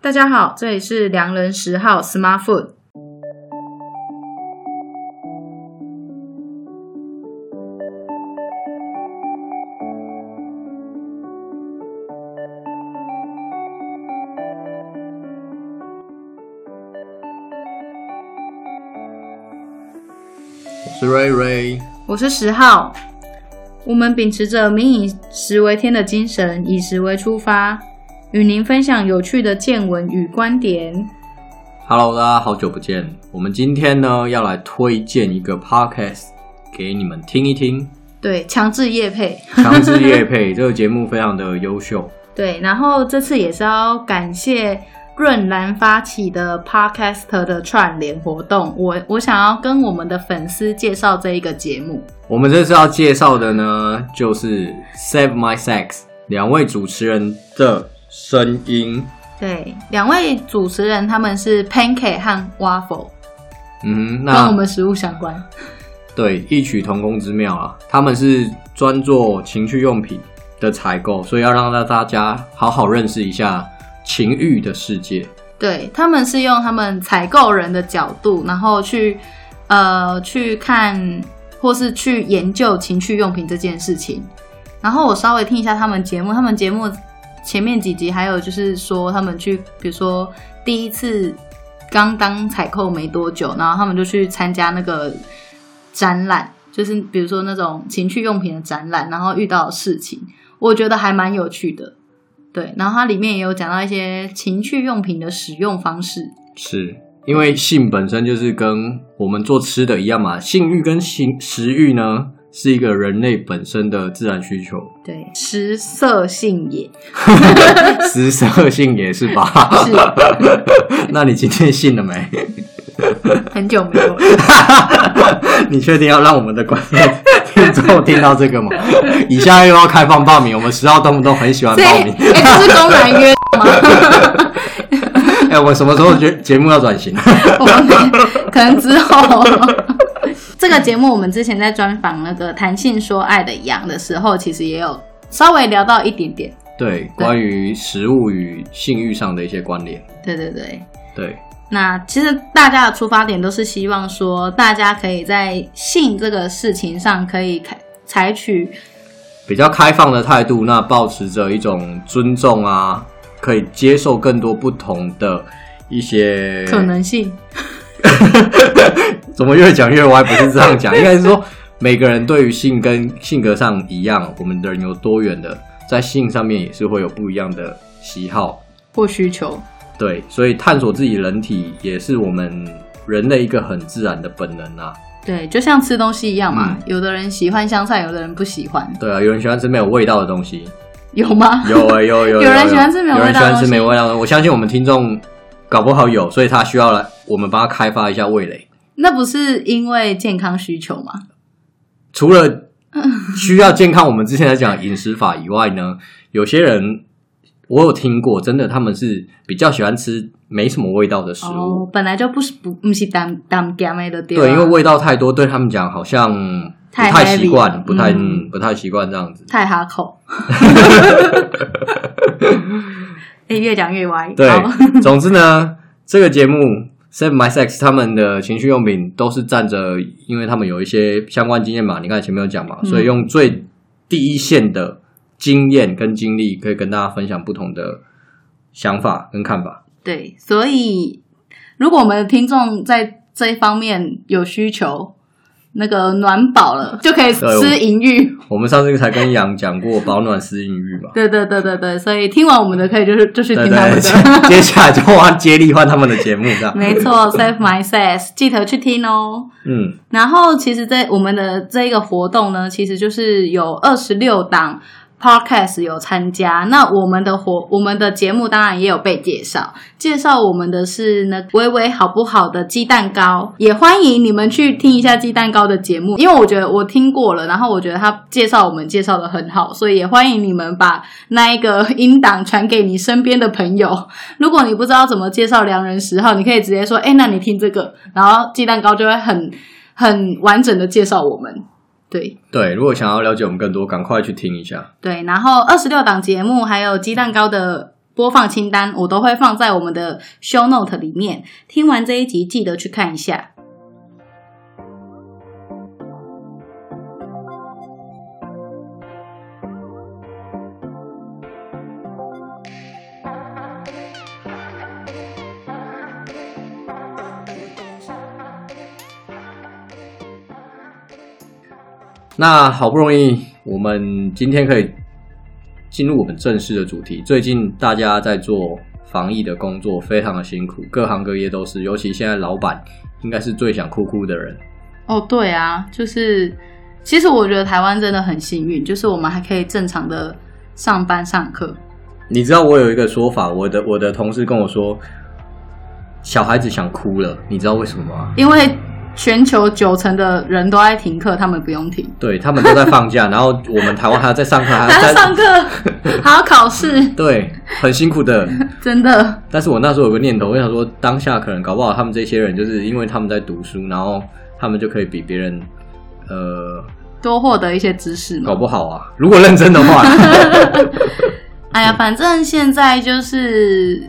大家好，这里是良人十号 Smart Food。我是瑞瑞，我是十号。我们秉持着“民以食为天”的精神，以食为出发，与您分享有趣的见闻与观点。 Hello，大家好久不见。我们今天呢要来推荐一个 podcast 给你们听一听，对，强制业配。强制夜配这个节目非常的优秀，对，然后这次也是要感谢润兰发起的 Podcast 的串联活动。我我想要跟我们的粉丝介绍这一个节目。我们这次要介绍的呢，就是 Save My Sex 两位主持人的声音。对，两位主持人他们是 Pancake 和 Waffle，嗯，跟我那们食物相关。对异曲同工之妙啊。他们是专做情趣用品的采购，所以要让大家好好认识一下情欲的世界。对，他们是用他们采购人的角度，然后去呃去看或是去研究情趣用品这件事情。然后我稍微听一下他们节目，他们节目前面几集还有就是说他们去，比如说第一次刚当采购没多久，然后他们就去参加那个展览，就是比如说那种情趣用品的展览，然后遇到的事情，我觉得还蛮有趣的。对，然后它里面也有讲到一些情趣用品的使用方式。是因为性本身就是跟我们做吃的一样嘛，性欲跟性食欲呢是一个人类本身的自然需求，对，食色性也食色性也是吧？ 是那你今天信了没？ 很久没有了。你确定要让我们的观众听众听到这个吗？以下又要开放报名，我们十号动不动很喜欢这报哎、名。这是公然约吗？哎、我什么时候节节目要转型？ 我们可能之后 这个节目，我们之前在专访那个谈性说爱的羊的时候，其实也有稍微聊到一点点。对，关于食物与性欲上的一些关联。对对对，对，那其实大家的出发点都是希望说，大家可以在性这个事情上可以采采取比较开放的态度，那保持着一种尊重啊，可以接受更多不同的一些可。能性。怎么越讲越歪？不是这 样讲，应该是说每个人对于性跟性格上一样，我们的人有多元的，在性上面也是会有不一样的喜好。或需求。对，所以探索自己人体也是我们人的一个很自然的本能啊。对，就像吃东西一样嗯嘛，有的人喜欢香菜，有的人不喜欢，对啊，有人喜欢吃没有味道的东西，有吗？有啊、有有有有人喜欢吃没有有味人道喜的欢吃没味道的，我相信我们听众搞不好有，所以他需要来我们帮他开发一下味蕾。 那不是因为健康需求吗？除了嗯需要健康，我们之前在讲饮食法以外呢，有些人我有听过，真的他们是比较喜欢吃没什么味道的食物，哦，本来就不是不不是当当干妹的地方，对，因为味道太多，对他们讲好像不太太 heavy 习了惯，不太、嗯嗯、不太习惯这样子。太哈 口。哎、越讲越歪。哦 对好，总之呢，这个节目 Save My Sex 他们的情趣用品都是站着，因为他们有一些相关经验嘛，你刚才前面有讲嘛，嗯所以用最第一线的经验跟经历，可以跟大家分享不同的想法跟看法。对，所以如果我们的听众在这一方面有需求，那个暖宝了就可以对我吃淫欲。我们上次才跟杨讲过保暖私隐欲 。嘛对对对对对，所以听完我们的可以就是就去对听他们对，的。接接下来就换接力换他们的节目这 样。没错，Save My Sex，记得去听哦。嗯，然后，其实这我们的这一个活动呢，其实就是有二十六档 podcast 有参加。那我们的活，我们的节目当然也有被介绍，介绍我们的是呢，微微好不好的鸡蛋糕，也欢迎你们去听一下鸡蛋糕的节目，因为我觉得我听过了，然后我觉得他介绍我们介绍的很好，所以也欢迎你们把那一个音档传给你身边的朋友。 如果你不知道怎么介绍良人十号，你可以直接说：“哎、那你听这个。”然后鸡蛋糕就会很很完整的介绍我们。对对，如果想要了解我们更多，赶快去听一下。对，然后二十六档节目还有鸡蛋糕的。播放清单，我都会放在我们的 show note 里面。听完这一集，记得去看一下。那好不容易，我们今天可以进入我们正式的主题。最近大家在做防疫的工作，非常的辛苦，各行各业都是，尤其现在老板应该是最想哭哭的人。哦，对啊，就是其实我觉得台湾真的很幸运，就是我们还可以正常的上班上课。你知道我有一个说法，我的我的同事跟我说，小孩子想哭了，你知道为什么吗？因为全球九成的人都在停课，他们不用停，对他们都在放假，然后我们台湾还要在上课，还要还啊 在上课，还要考试，对，很辛苦的。真的。但是我那时候有个念头，我想说，当下可能搞不好他们这些人，就是因为他们在读书，然后他们就可以比别人，呃，多获得一些知识嘛搞。不好啊， 如果认真的话，哎呀，反正现在就是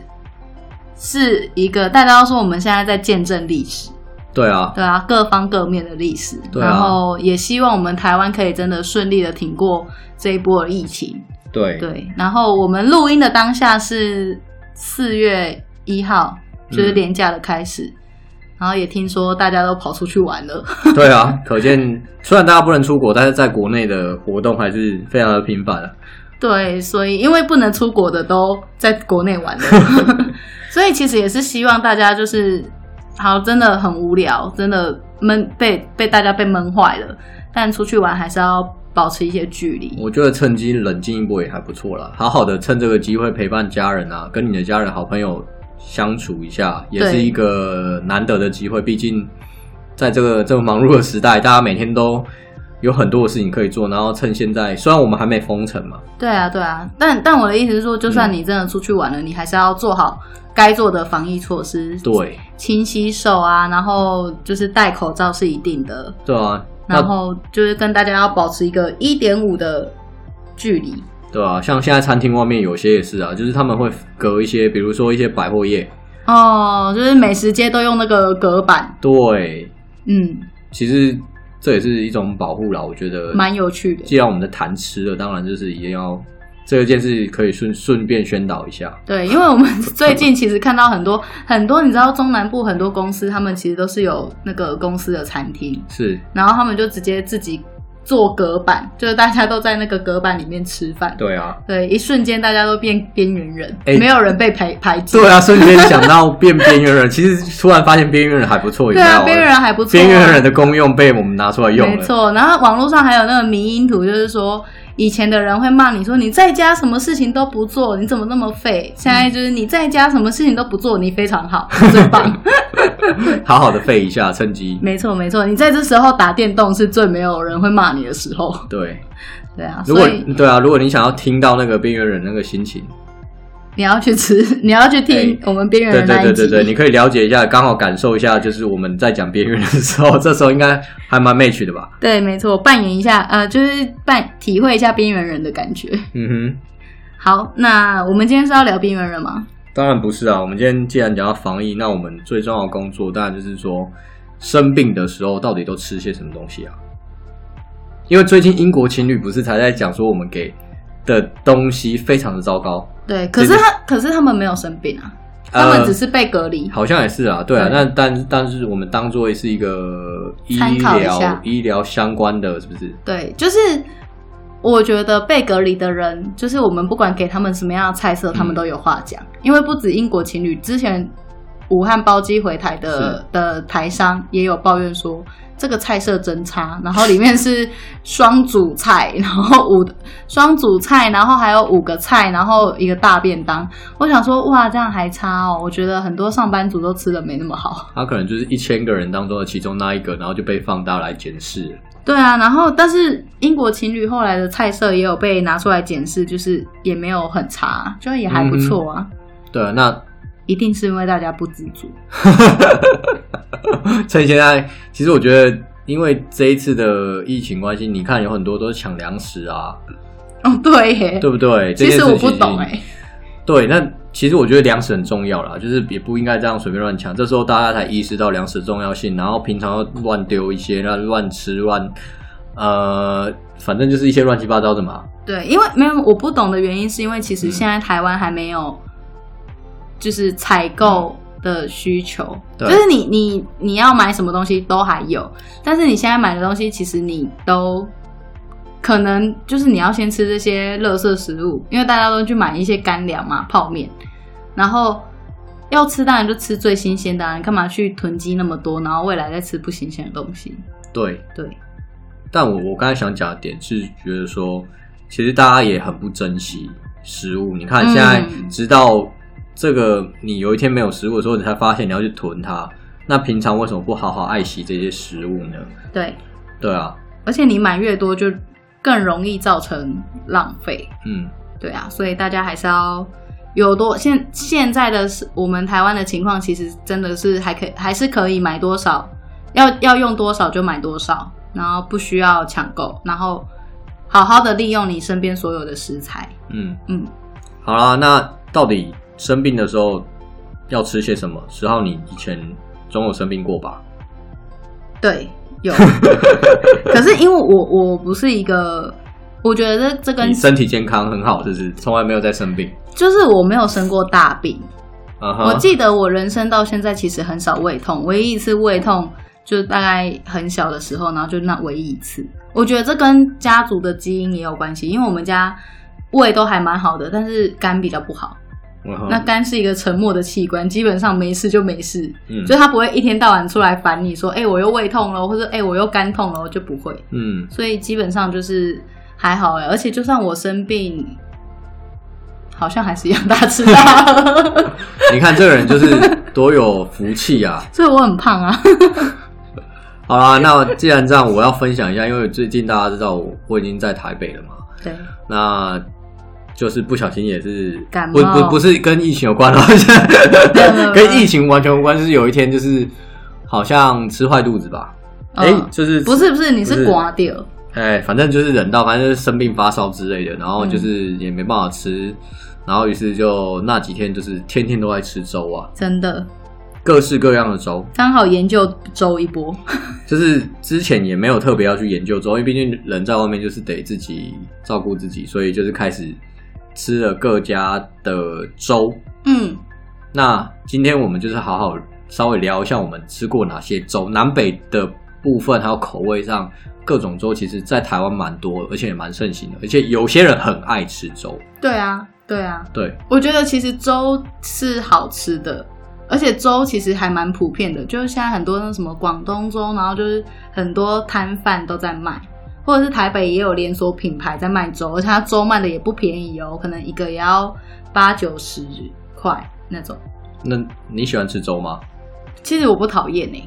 是一个大家都说我们现在在见证历史，对啊，对啊，各方各面的历史。对啊然后也希望我们台湾可以真的顺利的挺过这一波的疫情。对，对，然后我们录音的当下是四月一号，就是嗯连假的开始。然后也听说大家都跑出去玩了，对啊，可见虽然大家不能出国，但是在国内的活动还是非常的频繁啊。对，所以因为不能出国的都在国内 玩了，所以其实也是希望大家就是，好，真的很无聊，真的闷被被大家被闷坏了，但出去玩还是要保持一些距离。我觉得趁机冷静一波也还不错啦，好好的趁这个机会陪伴家人啊，跟你的家人、好朋友相处一下，也是对一个难得的机会。毕竟在这个这么忙碌的时代，大家每天都有很多的事情可以做，然后趁现在，虽然我们还没封城嘛，对啊，对啊，但但我的意思是说，就算你真的出去玩了，你还是要做好该做的防疫措施，，对勤洗手啊，然后就是戴口罩是一定的，对啊，然那后就是跟大家要保持一个一点五的距离。对啊，像现在餐厅外面有些也是啊，就是他们会隔一些，比如说一些百货业，哦，就是美食街都用那个隔板，对，嗯，其实这也是一种保护啦，我觉得蛮有趣的。既然我们在谈吃的，当然就是一定要这件事可以顺顺便宣导一下。对，因为我们最近其实看到很多 很多，你知道中南部很多公司，他们其实都是有那个公司的餐厅，是，然后他们就直接自己做隔板，就是大家都在那个隔板里面吃饭。对啊，对，一瞬间大家都变边缘人，哎没有人被排排挤。对啊，瞬间想到变边缘人， 其实突然发现边缘人还不错，有对没啊，有？边缘人还不错、啊。边缘人的功用被我们拿出来用没了。错，然后网络上还有那个迷因图，就是说以前的人会骂你说你在家什么事情都不做，你怎么那么废？现在就是你在家什么事情都不做，你非常好，最棒。 好好的背一下，趁机。没错没错，你在这时候打电动是最没有人会骂你的时候。对，对啊，如果所以对啊，如果你想要听到那个边缘人那个心情，你要去 吃，你要去听我们边缘对人对那一对集。对对，你可以了解一下，刚好感受一下，就是我们在讲边缘人的时候，这时候应该还蛮 match 的吧？对没错，扮演一下，呃，就是扮体会一下边缘人的感觉。嗯好，那我们今天是要聊边缘人吗？哼，当然不是啊。我们今天既然讲到防疫，那我们最重要的工作当然就是说，生病的时候到底都吃些什么东西啊？因为最近英国情侣不是才在讲说我们给的东西非常的糟糕，对，可是他，可是他们没有生病啊，他呃们只是被隔离。好像也是啊，对啊，对那但但是我们当做是一个医参考一下疗医疗相关的，是不是？对，就是我觉得被隔离的人，就是我们不管给他们什么样的菜色，他们都有话讲，因为不止英国情侣，之前武汉包机回台的的台商也有抱怨说。这个菜色真差，然后里面是双主菜，然后五双主菜，然后还有五个菜，然后一个大便当。我想说，哇，这样还差哦！我觉得很多上班族都吃的没那么好。他可能就是一千个人当中的其中那一个，然后就被放大来检视。对啊，然后但是英国情侣后来的菜色也有被拿出来检视，就是也没有很差，就也还不错啊。对啊，那一定是因为大家不知足。 趁现在，其实我觉得，因为这一次的疫情关系，你看有很多都是抢粮食啊，哦，对耶，对不对？其这件实事我情不懂哎，对，那其实我觉得粮食很重要啦，就是也不应该这样随便乱抢。这时候大家才意识到粮食重要性，然后平常又乱丢一些，乱乱吃乱，呃，反正就是一些乱七八糟的嘛。对，因为没有我不懂的原因，是因为其实现在台湾还没有就是采购的需求，对就是你你你要买什么东西都还有，但是你现在买的东西其实你都可能就是你要先吃这些垃圾食物，因为大家都去买一些干粮嘛、泡面，然后。要吃当然就吃最新鲜的、啊，你干嘛去囤积那么多，然后未来再吃不新鲜的东西？对，对，但我我刚才想讲的点是，觉得说，其实大家也很不珍惜食物。你看嗯现在，直到这个你有一天没有食物的时候，你才发现你要去囤它。那平常为什么不好好爱惜这些食物呢？对，对啊，而且你买越多就更容易造成浪费。嗯，对啊，所以大家还是要有多现现在的是我们台湾的情况，其实真的是还可以还是可以买多少，要要用多少就买多少，然后不需要抢购，然后好好的利用你身边所有的食材。嗯嗯，好啦，那到底生病的时候要吃些什么？十号，你以前总有生病过吧？对，有。可是因为我我不是一个，我觉得这这跟你身体健康很好，是不是？从来没有在生病。就是我没有生过大病，啊我哈，记得我人生到现在其实很少胃痛，唯一一次胃痛就大概很小的时候，然后就那唯一一次。我觉得这跟家族的基因也有关系，因为我们家胃都还蛮好的，但是肝比较不好。嗯哼那肝是一个沉默的器官，基本上没事就没事，嗯所以它不会一天到晚出来烦你说，哎、我又胃痛了，或者哎、我又肝痛了，就不会。嗯，所以基本上就是还好哎、而且就算我生病，好像还是一样大啊吃大喝。 你看这个人就是多有福气啊！ 所以我很胖啊。好啦，那既然这样，我要分享一下，因为最近大家知道我我已经在台北了嘛，对，那就是不小心也是感不冒不不是跟疫情有关 了，跟疫情完全无关，就是有一天就是好像吃坏肚子吧，哎、嗯就是不是不是，你不是是刮掉，哎、反正就是忍到，反正就是生病发烧之类的，然后嗯就是也没办法吃，然后于是就那几天就是天天都在吃粥啊，真的各式各样的粥，刚好研究周一波。就是之前也没有特别要去研究之后，因为毕竟人在外面就是得自己照顾自己，所以就是开始吃了各家的粥。嗯，那今天我们就是好好稍微聊一下我们吃过哪些粥，南北的部分还有口味上各种粥，其实在台湾蛮多，而且也蛮盛行的，而且有些人很爱吃粥。对啊，对啊，对，我觉得其实粥是好吃的。而且粥其实还蛮普遍的，就是现在很多那什么广东粥，然后就是很多摊贩都在卖，或者是台北也有连锁品牌在卖粥，而且它粥卖的也不便宜哦，可能一个也要八九十块那种。嗯那你喜欢吃粥吗？其实我不讨厌哎，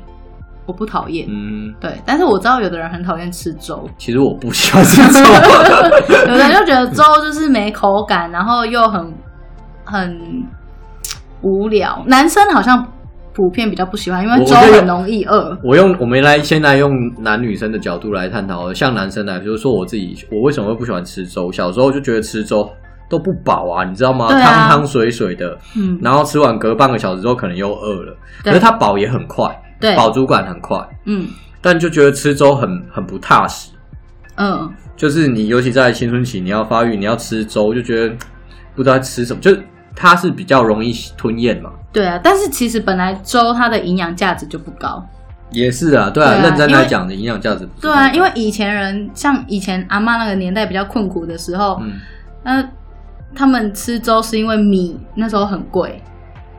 我不讨厌，嗯，对，但是我知道有的人很讨厌吃粥，其实我不喜欢吃粥。有的人就觉得粥就是没口感，然后又很很无聊。男生好像普遍比较不喜欢，因为我粥我觉得很容易饿。我用我们来先来用男女生的角度来探讨，像男生来，比如说我自己，我为什么会不喜欢吃粥？小时候就觉得吃粥都不饱啊，你知道吗？对啊汤汤水水的，嗯，然后吃完隔半个小时之后可能又饿了，可对是它饱也很快，对，饱足感很快，嗯但就觉得吃粥很很不踏实。嗯，就是你尤其在青春期，你要发育，你要吃粥，就觉得不知道在吃什么，就是它是比较容易吞咽嘛。对啊。但是其实本来粥它的营养价值就不高。也是啊，对啊，对啊认真因来为讲的营养价值不是对啊，很高因为以前人像以前阿妈那个年代比较困苦的时候，嗯那、他们吃粥是因为米那时候很贵，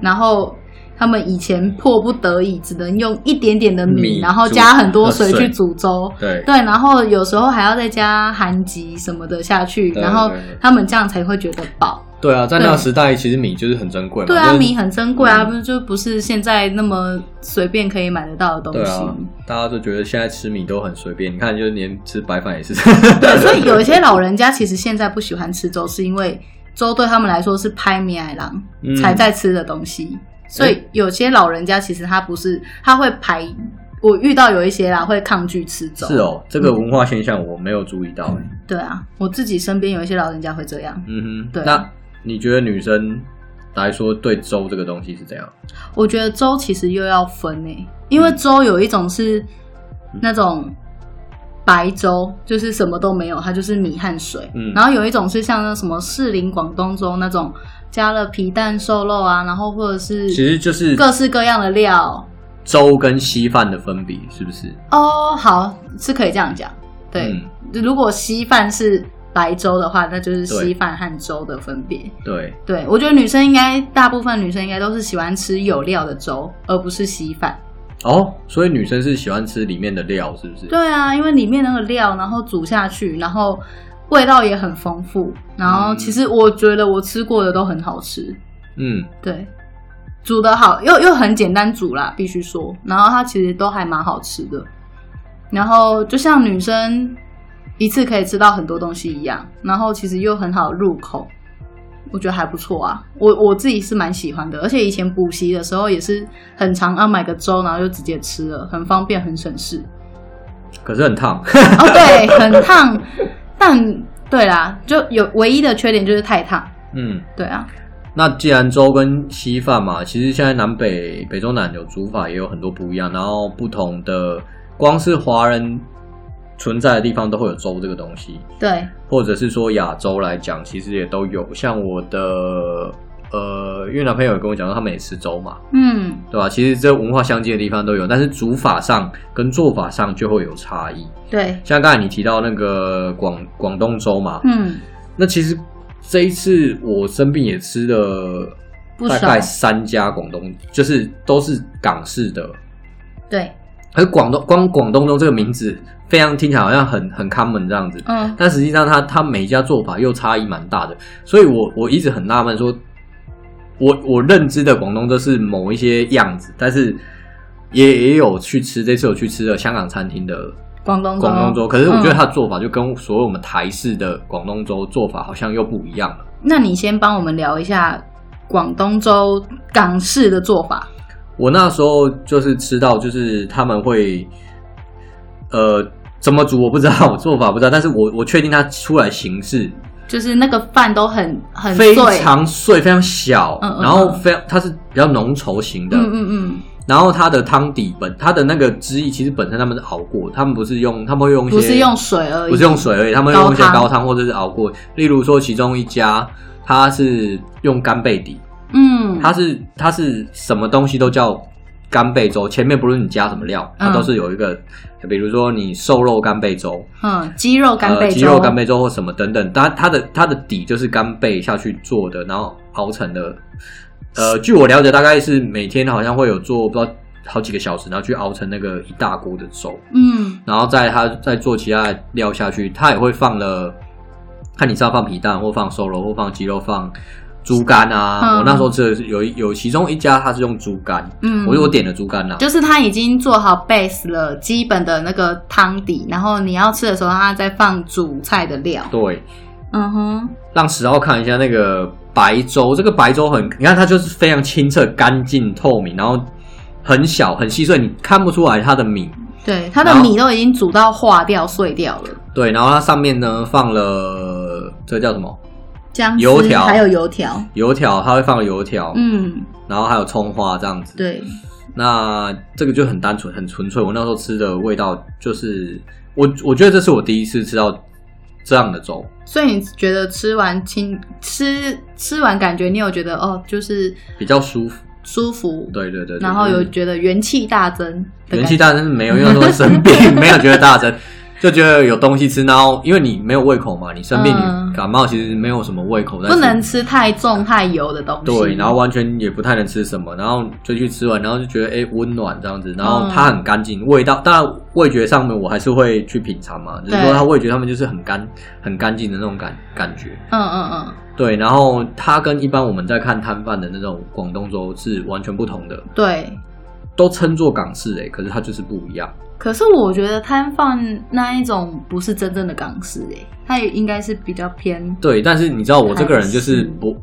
然后他们以前迫不得已只能用一点点的米，米然后煮加很多水呃水去煮粥。对对，然后有时候还要再加韩吉什么的下去，对然后对对他们这样才会觉得饱。对啊，在那对个时代，其实米就是很珍贵嘛。对啊，就是米很珍贵啊，嗯不是就不是现在那么随便可以买得到的对东西。啊，大家都觉得现在吃米都很随便，你看，就是连吃白饭也是。啊 对， 所以有一些老人家其实现在不喜欢吃粥，是因为粥对他们来说是拍米矮郎嗯才在吃的东西。所以有些老人家其实他不是，他会排。我遇到有一些啦会抗拒吃粥，是，哦，这个文化嗯现象我没有注意到欸。对啊，我自己身边有一些老人家会这样。嗯哼，对那你觉得女生来说对粥这个东西是怎样？我觉得粥其实又要分诶、因为粥有一种是那种白粥，就是什么都没有，它就是米和水。嗯然后有一种是像那什么士林广东粥那种，加了皮蛋瘦肉啊，然后或者其是实就是各式各样的料。粥跟稀饭的分别，是不是？哦，好，是可以这样讲。对，嗯如果稀饭是白粥的话，那就是对稀饭和粥的分别。对，对，我觉得女生应该大部分女生应该都是喜欢吃有料的粥，而不是稀饭。哦，所以女生是喜欢吃里面的料，是不是？对啊，因为里面那个料，然后煮下去，然后味道也很丰富。然后嗯其实我觉得我吃过的都很好吃，嗯，对，煮的好又又很简单煮啦，必须说。然后它其实都还蛮好吃的。然后就像女生一次可以吃到很多东西一样，然后其实又很好入口，我觉得还不错啊。我我自己是蛮喜欢的，而且以前补习的时候也是很常要买个粥，然后就直接吃了，很方便，很省事。可是 很烫。哦，对，很烫，但对啦，就有唯一的缺点就是太烫。嗯，对啊，那既然粥跟稀饭嘛，其实现在南北北中南有煮法也有很多不一样，然后不同的光是华人存在的地方都会有粥这个东西，对，或者是说亚洲来讲，其实也都有。像我的呃越南朋友也跟我讲说，他们也吃粥嘛，嗯，对吧？其实这文化相近的地方都有，但是煮法上跟做法上就会有差异。对，像刚才你提到那个广广东粥嘛，嗯，那其实这一次我生病也吃了不啊大少概三家广东，就是都是港式的。对，而广东光广东粥这个名字非常听起来好像很很 common 这样子，嗯，但实际上它它每一家做法又差异蛮大的，所以我我一直很纳闷说，我我认知的广东粥是某一些样子，但是也也有去吃，这次有去吃了香港餐厅的广东广东粥，可是我觉得嗯它的做法就跟所有我们台式的广东粥做法好像又不一样了。那你先帮我们聊一下广东粥港式的做法。我那时候就是吃到，就是他们会，呃，怎么煮我不知道，我做法不知道， 但是我我确定它出来形式就是那个饭都很很非碎，常碎，非常小，嗯嗯然后嗯非常它是比较浓稠型的，嗯嗯嗯，然后它的汤底本它的那个汁液其实本身他们是熬过，他们不是用他们会用一些不是用水而已，不是用水而已，他们会用一些高汤高汤或者是熬过，例如说其中一家它是用干贝底，嗯，它是它是什么东西都叫干贝粥，前面不论你加什么料，它嗯都是有一个，比如说你瘦肉干贝粥、嗯鸡肉干贝呃粥，鸡肉干贝粥或什么等等，它它的它的底就是干贝下去做的，然后熬成的。呃，据我了解，大概是每天好像会有做不知道好几个小时，然后去熬成那个一大锅的粥，嗯然后再它再做其他的料下去，它也会放了，看你是要放皮蛋或放瘦肉或放鸡肉放。猪肝啊，嗯我那时候吃的是有一有其中一家，它是用猪肝，嗯，我我点了猪肝啦、就是它已经做好 base 了，基本的那个汤底，然后你要吃的时候，它再放主菜的料。对，嗯哼，让十号看一下那个白粥，这个白粥很，你看它就是非常清澈、干净、透明，然后很小、很细碎，你看不出来它的米。对，它的米都已经煮到化掉、碎掉了，对，然后它上面呢放了这个叫什么姜丝油条还有油条，油条，它会放油条，嗯，然后还有葱花这样子。对，那这个就很单纯、很纯粹。我那时候吃的味道就是，我我觉得这是我第一次吃到这样的粥。所以你觉得吃完清吃吃完感觉，你有觉得哦，就是比较舒服，舒服，对对对对然后有就是觉得元气大增的感觉，元气大增是没有，因为那时候生病 没有觉得大增，就觉得有东西吃，然后因为你没有胃口嘛，你生病、嗯你感冒其实没有什么胃口，但不是能吃太重太油的东西。对，然后完全也不太能吃什么，然后就去吃完，然后就觉得哎温暖这样子，嗯然后它很干净，味道当然味觉上面我还是会去品尝嘛，就是说对它味觉上面就是很干很干净的那种感感觉，嗯嗯嗯，对，然后它跟一般我们在看摊贩的那种广东粥是完全不同的，对。都称作港式哎、可是它就是不一样。可是我觉得摊贩那一种不是真正的港式诶、它也应该是比较偏对，但是你知道我这个人就是还是不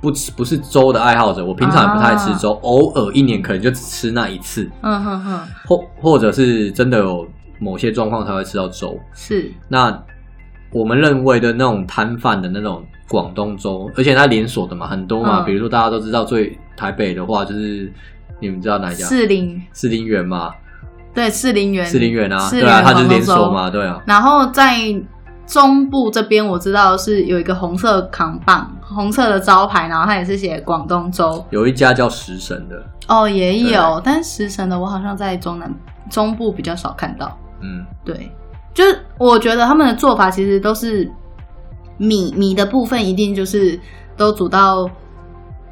不吃不是粥的爱好者，我平常也不太吃啊粥，偶尔一年可能就只吃那一次，嗯哼哼，或或者是真的有某些状况才会吃到粥。是那我们认为的那种摊贩的那种广东粥，而且它连锁的嘛，很多嘛，嗯比如说大家都知道最台北的话就是你们知道哪一家？四零士林园嘛，对四零元士林园啊，士对林啊，园它就是广东连锁粥嘛，对啊，然后在中部这边，我知道是有一个红色扛棒，红色的招牌，然后它也是写广东粥。有一家叫食神的，哦，也有，但食神的我好像在中南中部比较少看到。嗯，对，就是我觉得他们的做法其实都是米米的部分，一定就是都煮到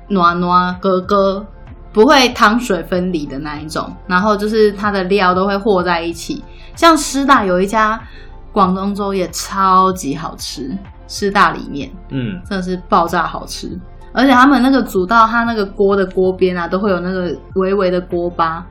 暖暖哥哥，不会汤水分离的那一种。然后就是它的料都会和在一起，像师大有一家广东粥也超级好吃，师大里面嗯，真的是爆炸好吃。而且他们那个煮到它那个锅的锅边啊，都会有那个微微的锅巴，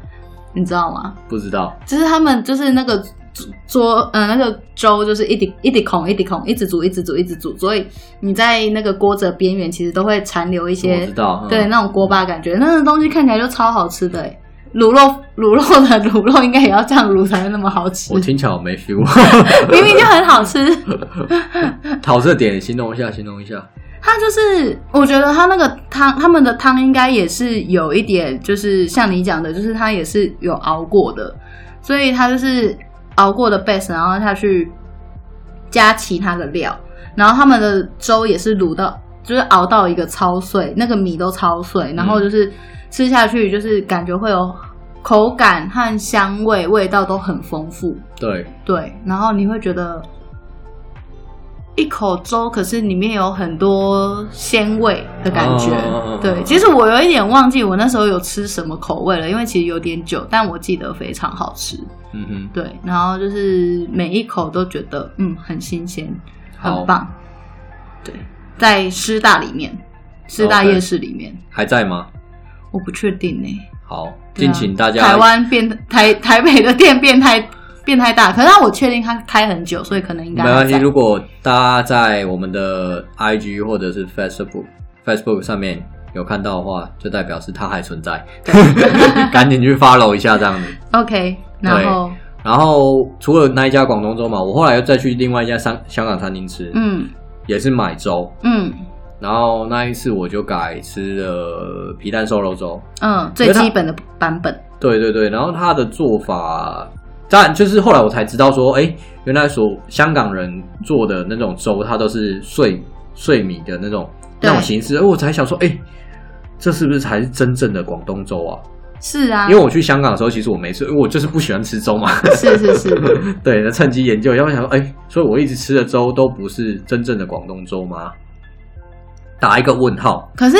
你知道吗？不知道，就是他们就是那个桌桌呃那个粥就是一滴一滴孔一滴孔一直煮一直煮一直煮，所以你在那个锅子的边缘其实都会残留一我些知道，嗯对那种锅巴感觉，那种东西看起来就超好吃的欸卤肉卤肉的卤肉应该也要这样卤才会那么好吃我，听起来我 没 feel，明明就很好吃。讨这点形容一下，形容一下，它就是，我觉得它那个汤，他们的汤应该也是有一点，就是像你讲的，就是它也是有熬过的，所以它就是熬过的 base，然后下去加其他的料，然后他们的粥也是卤到，就是熬到一个超碎，那个米都超碎，然后就是吃下去就是感觉会有口感和香味，味道都很丰富。对，对，然后你会觉得一口粥，可是里面有很多鲜味的感觉。哦对，其实我有一点忘记我那时候有吃什么口味了，因为其实有点久，但我记得非常好吃。嗯哼，对，然后就是每一口都觉得嗯很新鲜，好很棒。对，在师大里面，师大 OK 夜市里面还在吗？我不确定呢、好，对啊敬请大家台湾变台 台北的店变太变太大，可是我确定它开很久，所以可能应该没关系，还在如果大家在我们的 IG 或者是 Facebook Facebook 上面有看到的话，就代表是它还 存在，赶紧去 follow 一下这样子。 OK。然后然后除了那一家广东粥嘛，我后来又再去另外一家香香港餐厅吃，嗯也是买粥。嗯然后那一次我就改吃了皮蛋瘦肉粥，嗯，最基本的版本，对对对，然后他的做法，当然就是后来我才知道说，哎，原来所香港人做的那种粥，它都是碎碎米的那种对那种形式，哎我才想说，哎，这是不是才是真正的广东粥啊？是啊，因为我去香港的时候，其实我没吃，因为我就是不喜欢吃粥嘛。是是 是，对，那趁机研究，要不然想说，哎，所以我一直吃的粥都不是真正的广东粥吗？打一个问号。可是。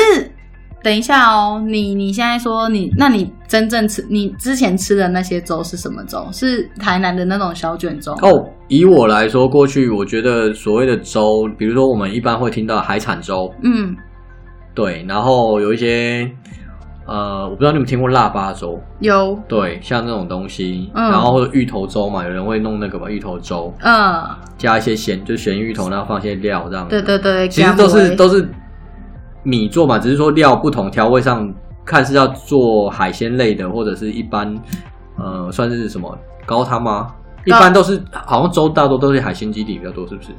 等一下哦，你你现在说你，那你真正吃你之前吃的那些粥是什么粥？是台南的那种小卷粥吗哦，以我来说，过去我觉得所谓的粥，比如说我们一般会听到海产粥，嗯，对，然后有一些呃，我不知道你们听过腊八粥，有，对，像这种东西，嗯然后或者芋头粥嘛，有人会弄那个嘛芋头粥，嗯，加一些咸，就咸芋头，然后放一些料这样。对，对对，其实都姜是母都是米做嘛，只是说料不同，调味上看是要做海鲜类的，或者是一般呃算是什么高汤吗？一般都是好像粥大多都是海鲜基底比较多，是不是？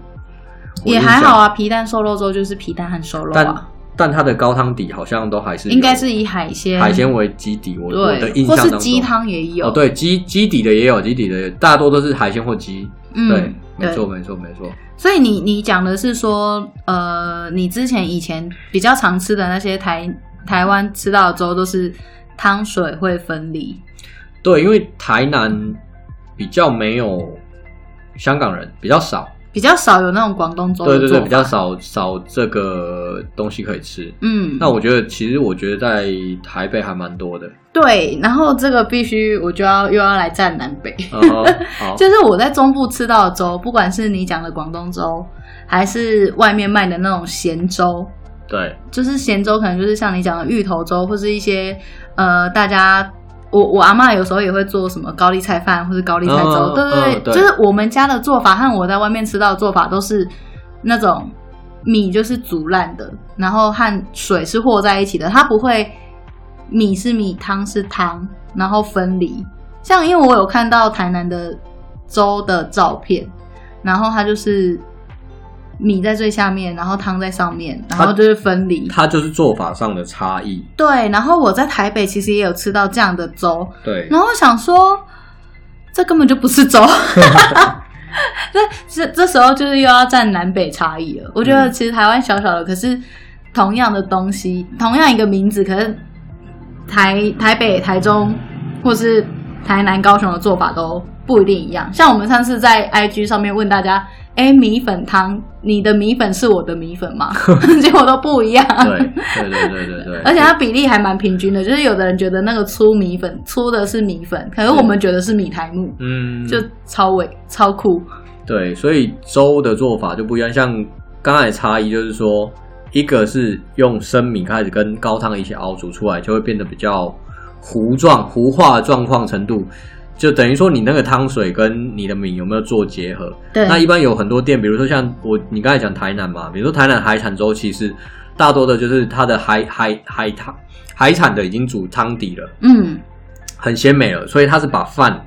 我也印还象好，啊，皮蛋瘦肉粥就是皮蛋和瘦肉但嗯啊，但它的高汤底好像都还是有应该是以海鲜海鲜为基底，我我嗯的对，印或象当是中鸡汤也有，哦，对基基底的也有，基底的也大多都是海鲜或鸡。嗯，对，没错对没错没错。所以你你讲的是说，呃，你之前以前比较常吃的那些台台湾吃到的粥都是汤水会分离，对，因为台南比较没有香港人，比较少，比较少有那种广东粥对的对做对，法比较少少这个东西可以吃。嗯，那我觉得，其实我觉得在台北还蛮 多的。对，然后这个必须我就要又要来站南北，嗯哼好，就是我在中部吃到的粥，不管是你讲的广东粥，还是外面卖的那种咸粥，对，就是咸粥，可能就是像你讲的芋头粥，或是一些呃，大家我我阿嬷有时候也会做什么高丽菜饭，或是高丽菜粥，嗯对对嗯对，对就是我们家的做法和我在外面吃到的做法都是那种米就是煮烂的，然后和水是和在一起的，它不会米是米，汤是汤，然后分离。像因为我有看到台南的粥的照片，然后它就是米在最下面，然后汤在上面，然后就是分离。它就是做法上的差异。对，然后我在台北其实也有吃到这样的粥，对，然后我想说，这根本就不是 粥。这这这时候就是又要站南北差异了。我觉得嗯其实台湾小小的，可是同样的东西，同样一个名字，可是台台北、台中或是台南、高雄的做法都不一定一样。像我们上次在 IG 上面问大家。哎，米粉汤，你的米粉是我的米粉吗？ 结果都不一样。对，对，对，对，对，对。 而且它比例还蛮平均的，就是有的人觉得那个粗米粉粗的是米粉，可是我们觉得是米苔木，嗯，就超伟超酷。对，所以粥的做法就不一样。像刚才的差异就是说，一个是用生米开始跟高汤一起熬煮出来，就会变得比较糊状、糊化的状况程度，就等于说你那个汤水跟你的米有没有做结合。对，那一般有很多店，比如说像我你刚才讲台南嘛，比如说台南海产粥，其实大多的就是它的海海海汤海产的已经煮汤底了，嗯，很鲜美了，所以它是把饭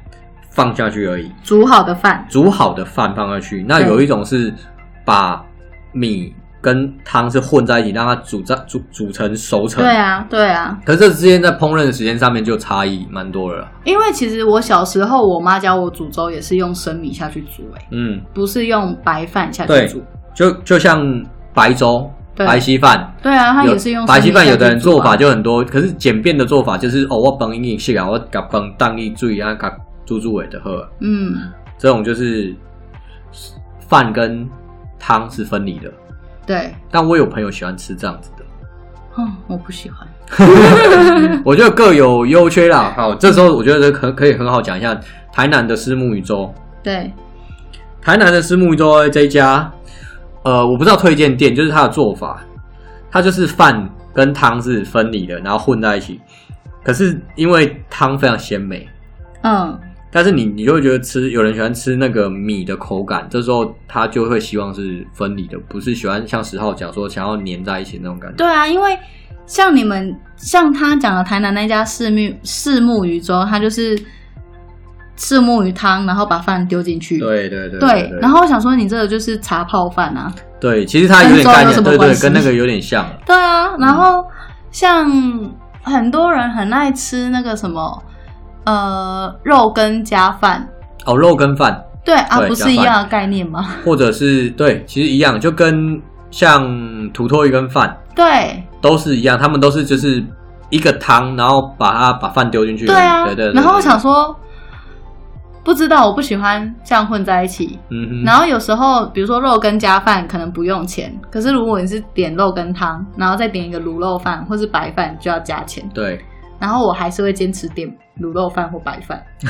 放下去而已。煮好的饭，煮好的饭放下去。那对有一种是把米跟汤是混在一起，让它煮在煮煮成熟成。对啊，对啊，可是这之间在烹饪的时间上面就差异蛮多了啦。因为其实我小时候我妈教我煮粥也是用生米下去煮、欸，嗯，不是用白饭下去对煮。就就像白粥、对白稀饭。对啊，它有也是用白稀饭，生米下去有的人煮做啊法就很多，可是简便的做法就是哦，我崩硬细啊，我甲崩当力注意啊，甲煮煮尾的喝，嗯，这种就是饭跟汤是分离的。对，但我有朋友喜欢吃这样子的，嗯，我不喜欢。 我觉得各有优缺啦。 好，这时候我觉得可可以很好讲一下台南的虱目鱼粥。对，台南的虱目鱼粥这一家，呃，我不知道推荐店，就是它的做法，它就是饭跟汤是分离的，然后混在一起。可是因为汤非常鲜美，嗯，但是你你就会觉得吃有人喜欢吃那个米的口感，这时候他就会希望是分离的，不是喜欢像十号讲说想要粘在一起那种感觉。对啊，因为像你们像他讲的台南那家四目四目鱼粥，他就是四目鱼汤，然后把饭丢进去。对对对对然后我想说，你这个就是茶泡饭啊。对，其实它有点概跟粥有什念，么对关对，系跟那个有点像。对嗯啊，然后像很多人很爱吃那个什么呃肉羹加饭，哦，肉跟饭，对啊，对不是一样的概念吗？或者是对，其实一样，就跟像土托鱼跟饭 对都是一样，他们都是就是一个汤，然后把它把饭丢进去而已。对啊，对对对。然后我对想，说，不知道我不喜欢这样混在一起，嗯哼，然后有时候，比如说肉羹加饭可能不用钱，可是如果你是点肉羹汤，然后再点一个卤肉饭或是白饭就要加钱。对然后我还是会坚持点卤肉饭或白饭，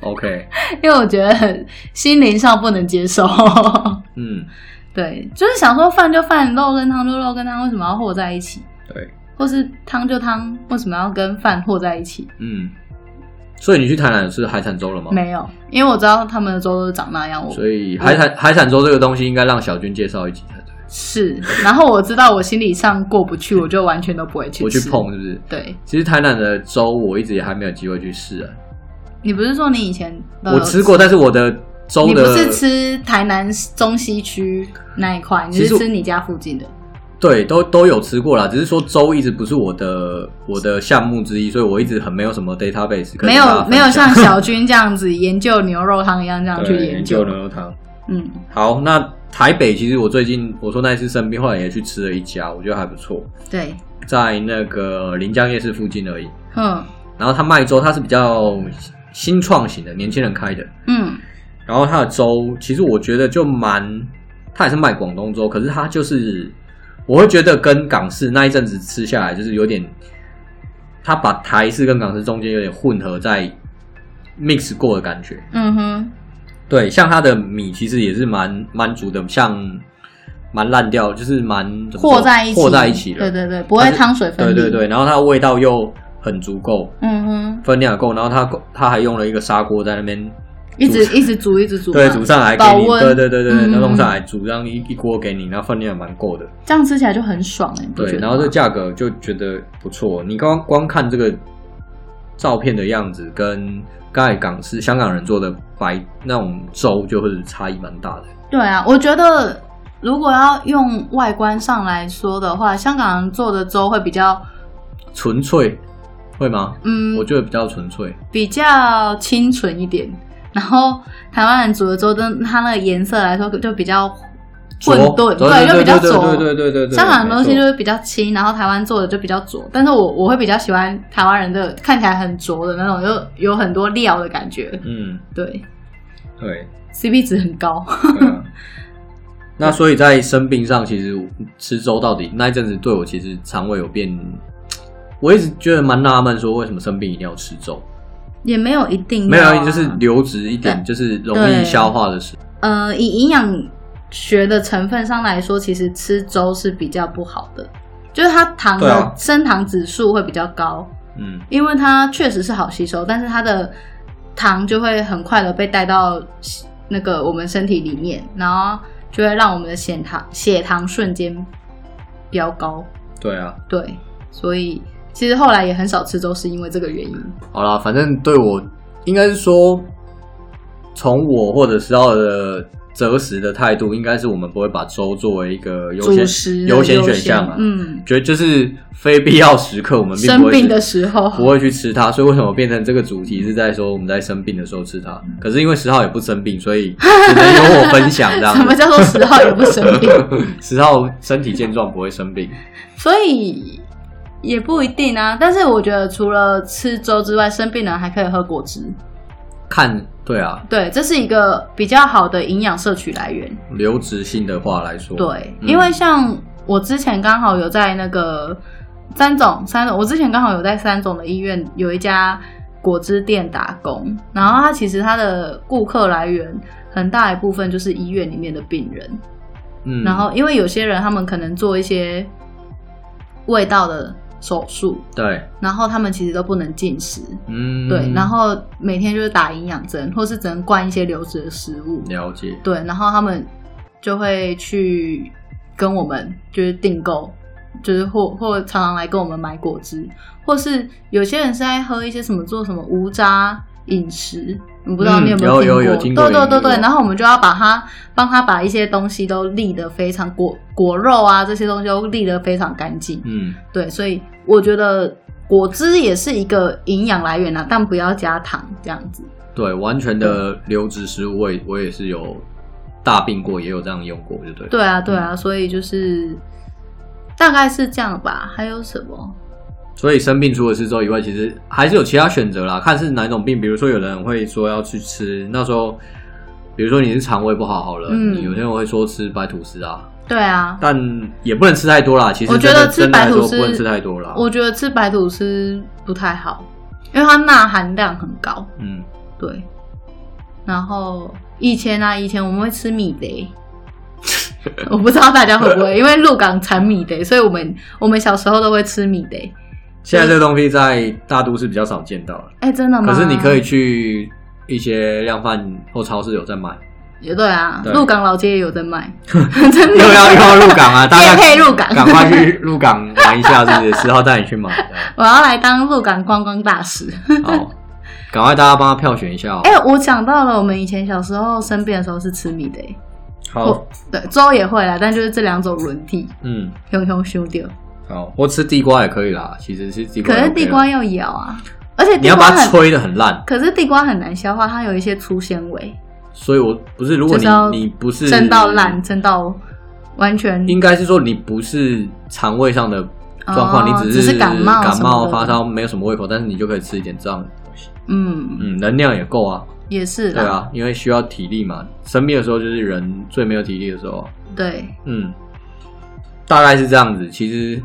，OK，因为我觉得很心灵上不能接受。嗯，对，就是想说饭就饭，肉跟汤就肉跟汤，为什么要和在一起？对，或是汤就汤，为什么要跟饭和在一起？嗯。所以你去台南是海产粥了吗？没有，因为我知道他们的粥都长那样，我所以海产海产粥这个东西应该让小军介绍一集才对。是。然后我知道我心理上过不去，我就完全都不会去吃。我去碰。是不是？对，其实台南的粥我一直也还没有机会去试啊。你不是说你以前都有我吃过，但是我的粥呃你不的是吃台南中西区那一块，你其实是我吃你家附近的。对，都都有吃过啦，只是说粥一直不是我的我的项目之一，所以我一直很没有什么 database 可以没跟大家有分没有享像小军这样子研究牛肉汤一样这样去对研究。牛肉汤。嗯，好，那台北其实我最近我说那一次生病，后来也去吃了一家，我觉得还不错，对，在那个临江夜市附近而已。嗯然后他卖粥，它是比较新创型的，年轻人开的。嗯，然后它的粥，其实我觉得就蛮，它也是卖广东粥，可是它就是，我会觉得跟港式那一阵子吃下来，就是有点，它把台式跟港式中间有点混合在 mix 过的感觉。嗯哼，对，像它的米其实也是蛮蛮足的，像蛮烂掉，就是蛮怎么说和在一起，和在一起了。对对对，不会汤水分对离。对对，然后它的味道又很足够，嗯哼，分量也够，然后它它还用了一个砂锅在那边一直一直煮一直煮嘛，对，煮上来给保你，温对对对对，嗯然后弄上来煮，这样一一锅给你，然后分量也蛮够的，这样吃起来就很爽哎，你不觉对，得然后这吗价格就觉得不错。你刚光看这个照片的样子，跟刚才港式香港人做的白那种粥，就会差异蛮大的。对啊，我觉得如果要用外观上来说的话，香港人做的粥会比较，纯粹会吗？嗯我，觉得比较纯粹，比较清纯一点。然后台湾人煮的粥，跟它那个颜色来说就比较浊混沌，对就比较对浊。对对对对对，香港的东西没就错是比较清，然后台湾做的就比较浊，但是我我会比较喜欢台湾人的看起来很浊的那种，就有很多料的感觉，嗯对对。 ，CP 值很高。 对啊 那所以在生病上，其实吃粥到底那一阵子对我其实肠胃有变，我一直觉得蛮纳闷，说为什么生病一定要吃粥？也没有一定、没有啊，就是流质一点，就是容易嗯对消化的食。呃，以营养学的成分上来说，其实吃粥是比较不好的，就是它糖对啊的升糖指数会比较高，嗯，因为它确实是好吸收，但是它的糖就会很快的被带到那个我们身体里面，然后就会让我们的血糖血糖瞬间飙高。对啊。对，所以其实后来也很少吃粥，是因为这个原因。好啦，反正对我应该是说，从我或者是要的择食的态度，应该是我们不会把粥作为一个优主先食优先选项啊。，嗯，觉得就是非必要时刻，我们并不生会去病的时候不会去吃它，所以为什么变成这个主题是在说我们在生病的时候吃它？可是因为十号也不生病，所以只能由我分享这 什么样。叫做十号也不生病？ 十号身体健壮不会生病，所以也不一定啊。但是我觉得除了吃粥之外，生病了还可以喝果汁，看对啊，对，这是一个比较好的营养摄取来源。流质性的话来说，对，嗯因为像我之前刚好有在那个三总三总，我之前刚好有在三总的医院有一家果汁店打工，然后它其实它的顾客来源很大一部分就是医院里面的病人，嗯然后因为有些人他们可能做一些味道的手术，对，然后他们其实都不能进食，嗯，对，然后每天就是打营养针，或是只能灌一些流质的食物，了解，对，然后他们就会去跟我们就是订购，就是或或常常来跟我们买果汁，或是有些人是在喝一些什么做什么无渣饮食，你不知道嗯你有没有听过？有有听过对对有对听对，过然后我们就要把它帮他把一些东西都沥得非常果果肉啊这些东西都沥得非常干净，嗯，对，所以我觉得果汁也是一个营养来源啊，但不要加糖这样子。对，完全的流质食物，我也我也是有大病过，也有这样用过，就对了。对啊，对啊，所以就是大概是这样吧。还有什么？所以生病除了吃粥以外，其实还是有其他选择啦，看是哪一种病。比如说，有人会说要去吃，那时候，比如说你是肠胃不好好了，嗯你有些人会说吃白吐司啊，对啊，但也不能吃太多啦。其实我觉得吃真的白真的吐来说司不能吃太多啦。我觉得吃白吐司不太好，因为它钠含量很高。嗯，对，然后以前啊，以前我们会吃米雷。 我不知道大家会不会，因为鹿港产米雷，所以我们我们小时候都会吃米雷。现在这个东西在大都市比较少见到了，哎、真的吗？可是你可以去一些量贩或超市有在卖，也对啊，对鹿港老街也有在卖，真 又的要又要入港啊，大家夜配嗯入港赶快去入港玩一下，是不是？十号带你去买， 我要来当鹿港观光大使。好， 赶快大家帮他票选一下哦。哎、我想到了，我们以前小时候生病的时候是吃米的、欸，好我，对，粥也会啦，但就是这两种轮替，嗯，熊熊修掉。好，或吃地瓜也可以啦。其实是地瓜可 OK 啦，是地瓜要咬啊，而且你地要瓜把它很，吹的很烂，可是地瓜很难消化，它有一些粗纤维，所以我不是，如果就是要你你不是蒸到烂，，蒸到完全应该是说你不是肠胃上的状况，哦你只是是感冒感什么冒的发烧，没有什么胃口，但是你就可以吃一点这样的东西，嗯，嗯，能量也够啊，也是对啦，啊，因为需要体力嘛，生病的时候就是人最没有体力的时候啊，对，嗯，大概是这样子。其实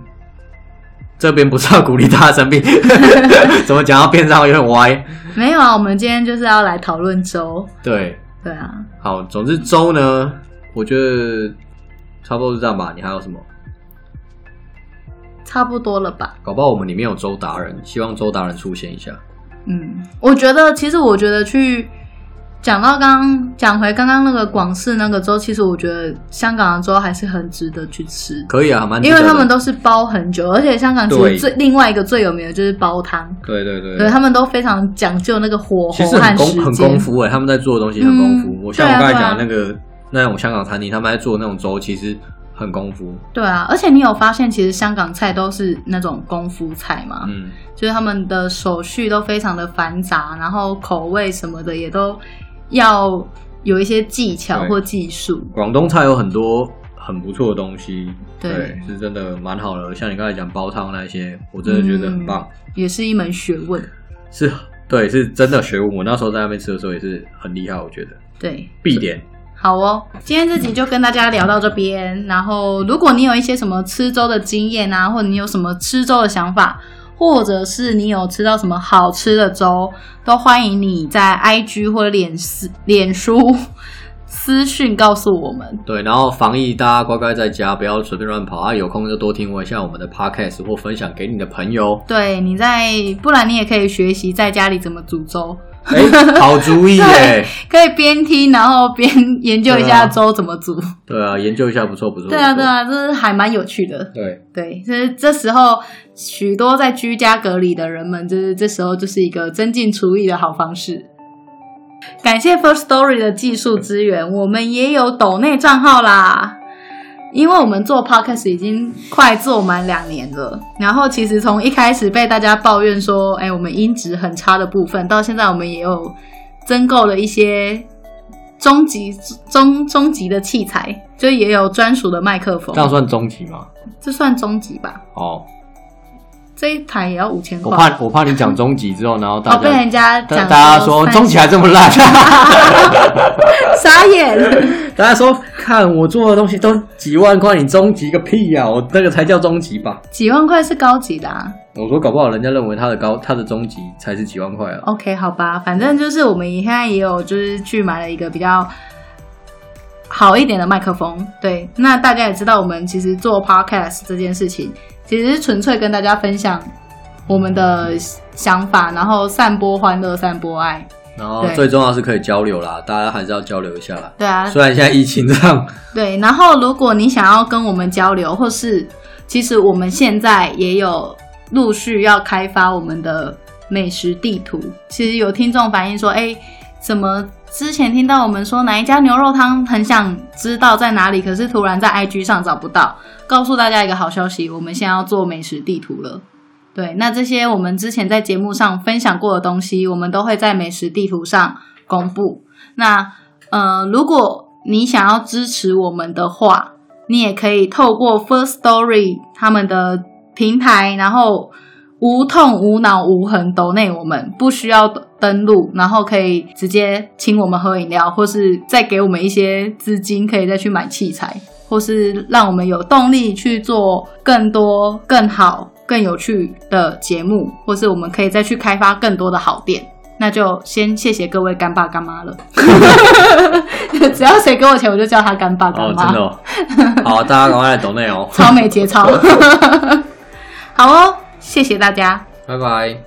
这边不是要鼓励大家生病， 怎么讲到边上有点歪，没有啊，我们今天就是要来讨论粥，对。对啊，好，总之粥呢，我觉得差不多是这样吧。你还有什么？差不多了吧。搞不好我们里面有粥达人，希望粥达人出现一下。嗯，我觉得其实我觉得去讲到刚刚讲回刚刚那个广式那个粥，其实我觉得香港的粥还是很值得去吃，可以啊，蛮值因得为的他们都是煲很久，而且香港其对实最另外一个最有名的就是煲汤，对对对，对他们都非常讲究那个火其候实很和时功很功欸间。夫哎、他们在做的东西很功嗯夫。我像我刚才对啊讲的那个那种香港餐厅，他们在做那种粥，其实很功夫。对啊，而且你有发现，其实香港菜都是那种功夫菜嘛，嗯，就是他们的手续都非常的繁杂，然后口味什么的也都要有一些技巧对或技术。广东菜有很多很不错的东西，对是真的蛮好的。像你刚才讲煲汤那些，我真的觉得很棒，也是一门学问。是对，是真的学问。我那时候在那边吃的时候也是很厉害，我觉得对，必点。好哦，今天这集就跟大家聊到这边。然后，如果你有一些什么吃粥的经验啊，或者你有什么吃粥的想法，或者是你有吃到什么好吃的粥，都欢迎你在 IG 或者脸私脸书 私讯告诉我们。对，然后防疫，大家乖乖在家，不要随便乱跑啊！有空就多听我一下我们的 podcast 或分享给你的朋友。对，你在，不然你也可以学习在家里怎么煮粥，哎， 好主意耶！可以边听然后边研究一对啊下粥怎么煮。对啊，研究一下，不错不错。对啊，不对错，啊，这是还蛮有趣的。对，对，这这时候许多在居家隔离的人们，就是这时候就是一个增进厨艺的好方式。感谢 First Story 的技术支援，我们也有抖内账号啦。因为我们做 podcast 已经快做满两年了，然后其实从一开始被大家抱怨说，哎，我们音质很差的部分，到现在我们也有增购了一些终极终终极的器材，就也有专属的麦克风这，样算终极吗？这算终极吧？哦，这一台也要五千我块。怕我怕你讲终极之后，然后大哦，被家、人家大讲大家说三终极还这么 烂，傻眼， 大家说看我做的东西都几万块，你终极个屁呀、我那个才叫终极吧。几万块是高级的、啊。我说搞不好人家认为他的高他的终极才是几万块啊。 OK，好吧，反正就是我们现在也有就是去买了一个比较好一点的麦克风。对，那大家也知道，我们其实做 podcast 这件事情，其实是纯粹跟大家分享我们的想法，然后散播欢乐，散播爱。然后对最重要是可以交流啦，大家还是要交流一下啦。对啊，虽然现在疫情这样，对，然后如果你想要跟我们交流，或是其实我们现在也有陆续要开发我们的美食地图。其实有听众反映说，哎，怎么之前听到我们说哪一家牛肉汤很想知道在哪里，可是突然在 IG 上找不到。告诉大家一个好消息，我们现在要做美食地图了。对，那这些我们之前在节目上分享过的东西，我们都会在美食地图上公布。那呃，如果你想要支持我们的话，你也可以透过 First Story 他们的平台，然后无痛、无脑、无痕抖内我们，不需要登录，然后可以直接请我们喝饮料，或是再给我们一些资金，可以再去买器材，或是让我们有动力去做更多、更好、更有趣的节目，或是我们可以再去开发更多的好店。那就先谢谢各位干爸干妈了。 只要谁给我钱，我就叫他干爸干哦，妈。真的、 哦，好，大家赶快来抖内哦， 超没节操。好哦，谢谢大家，拜拜。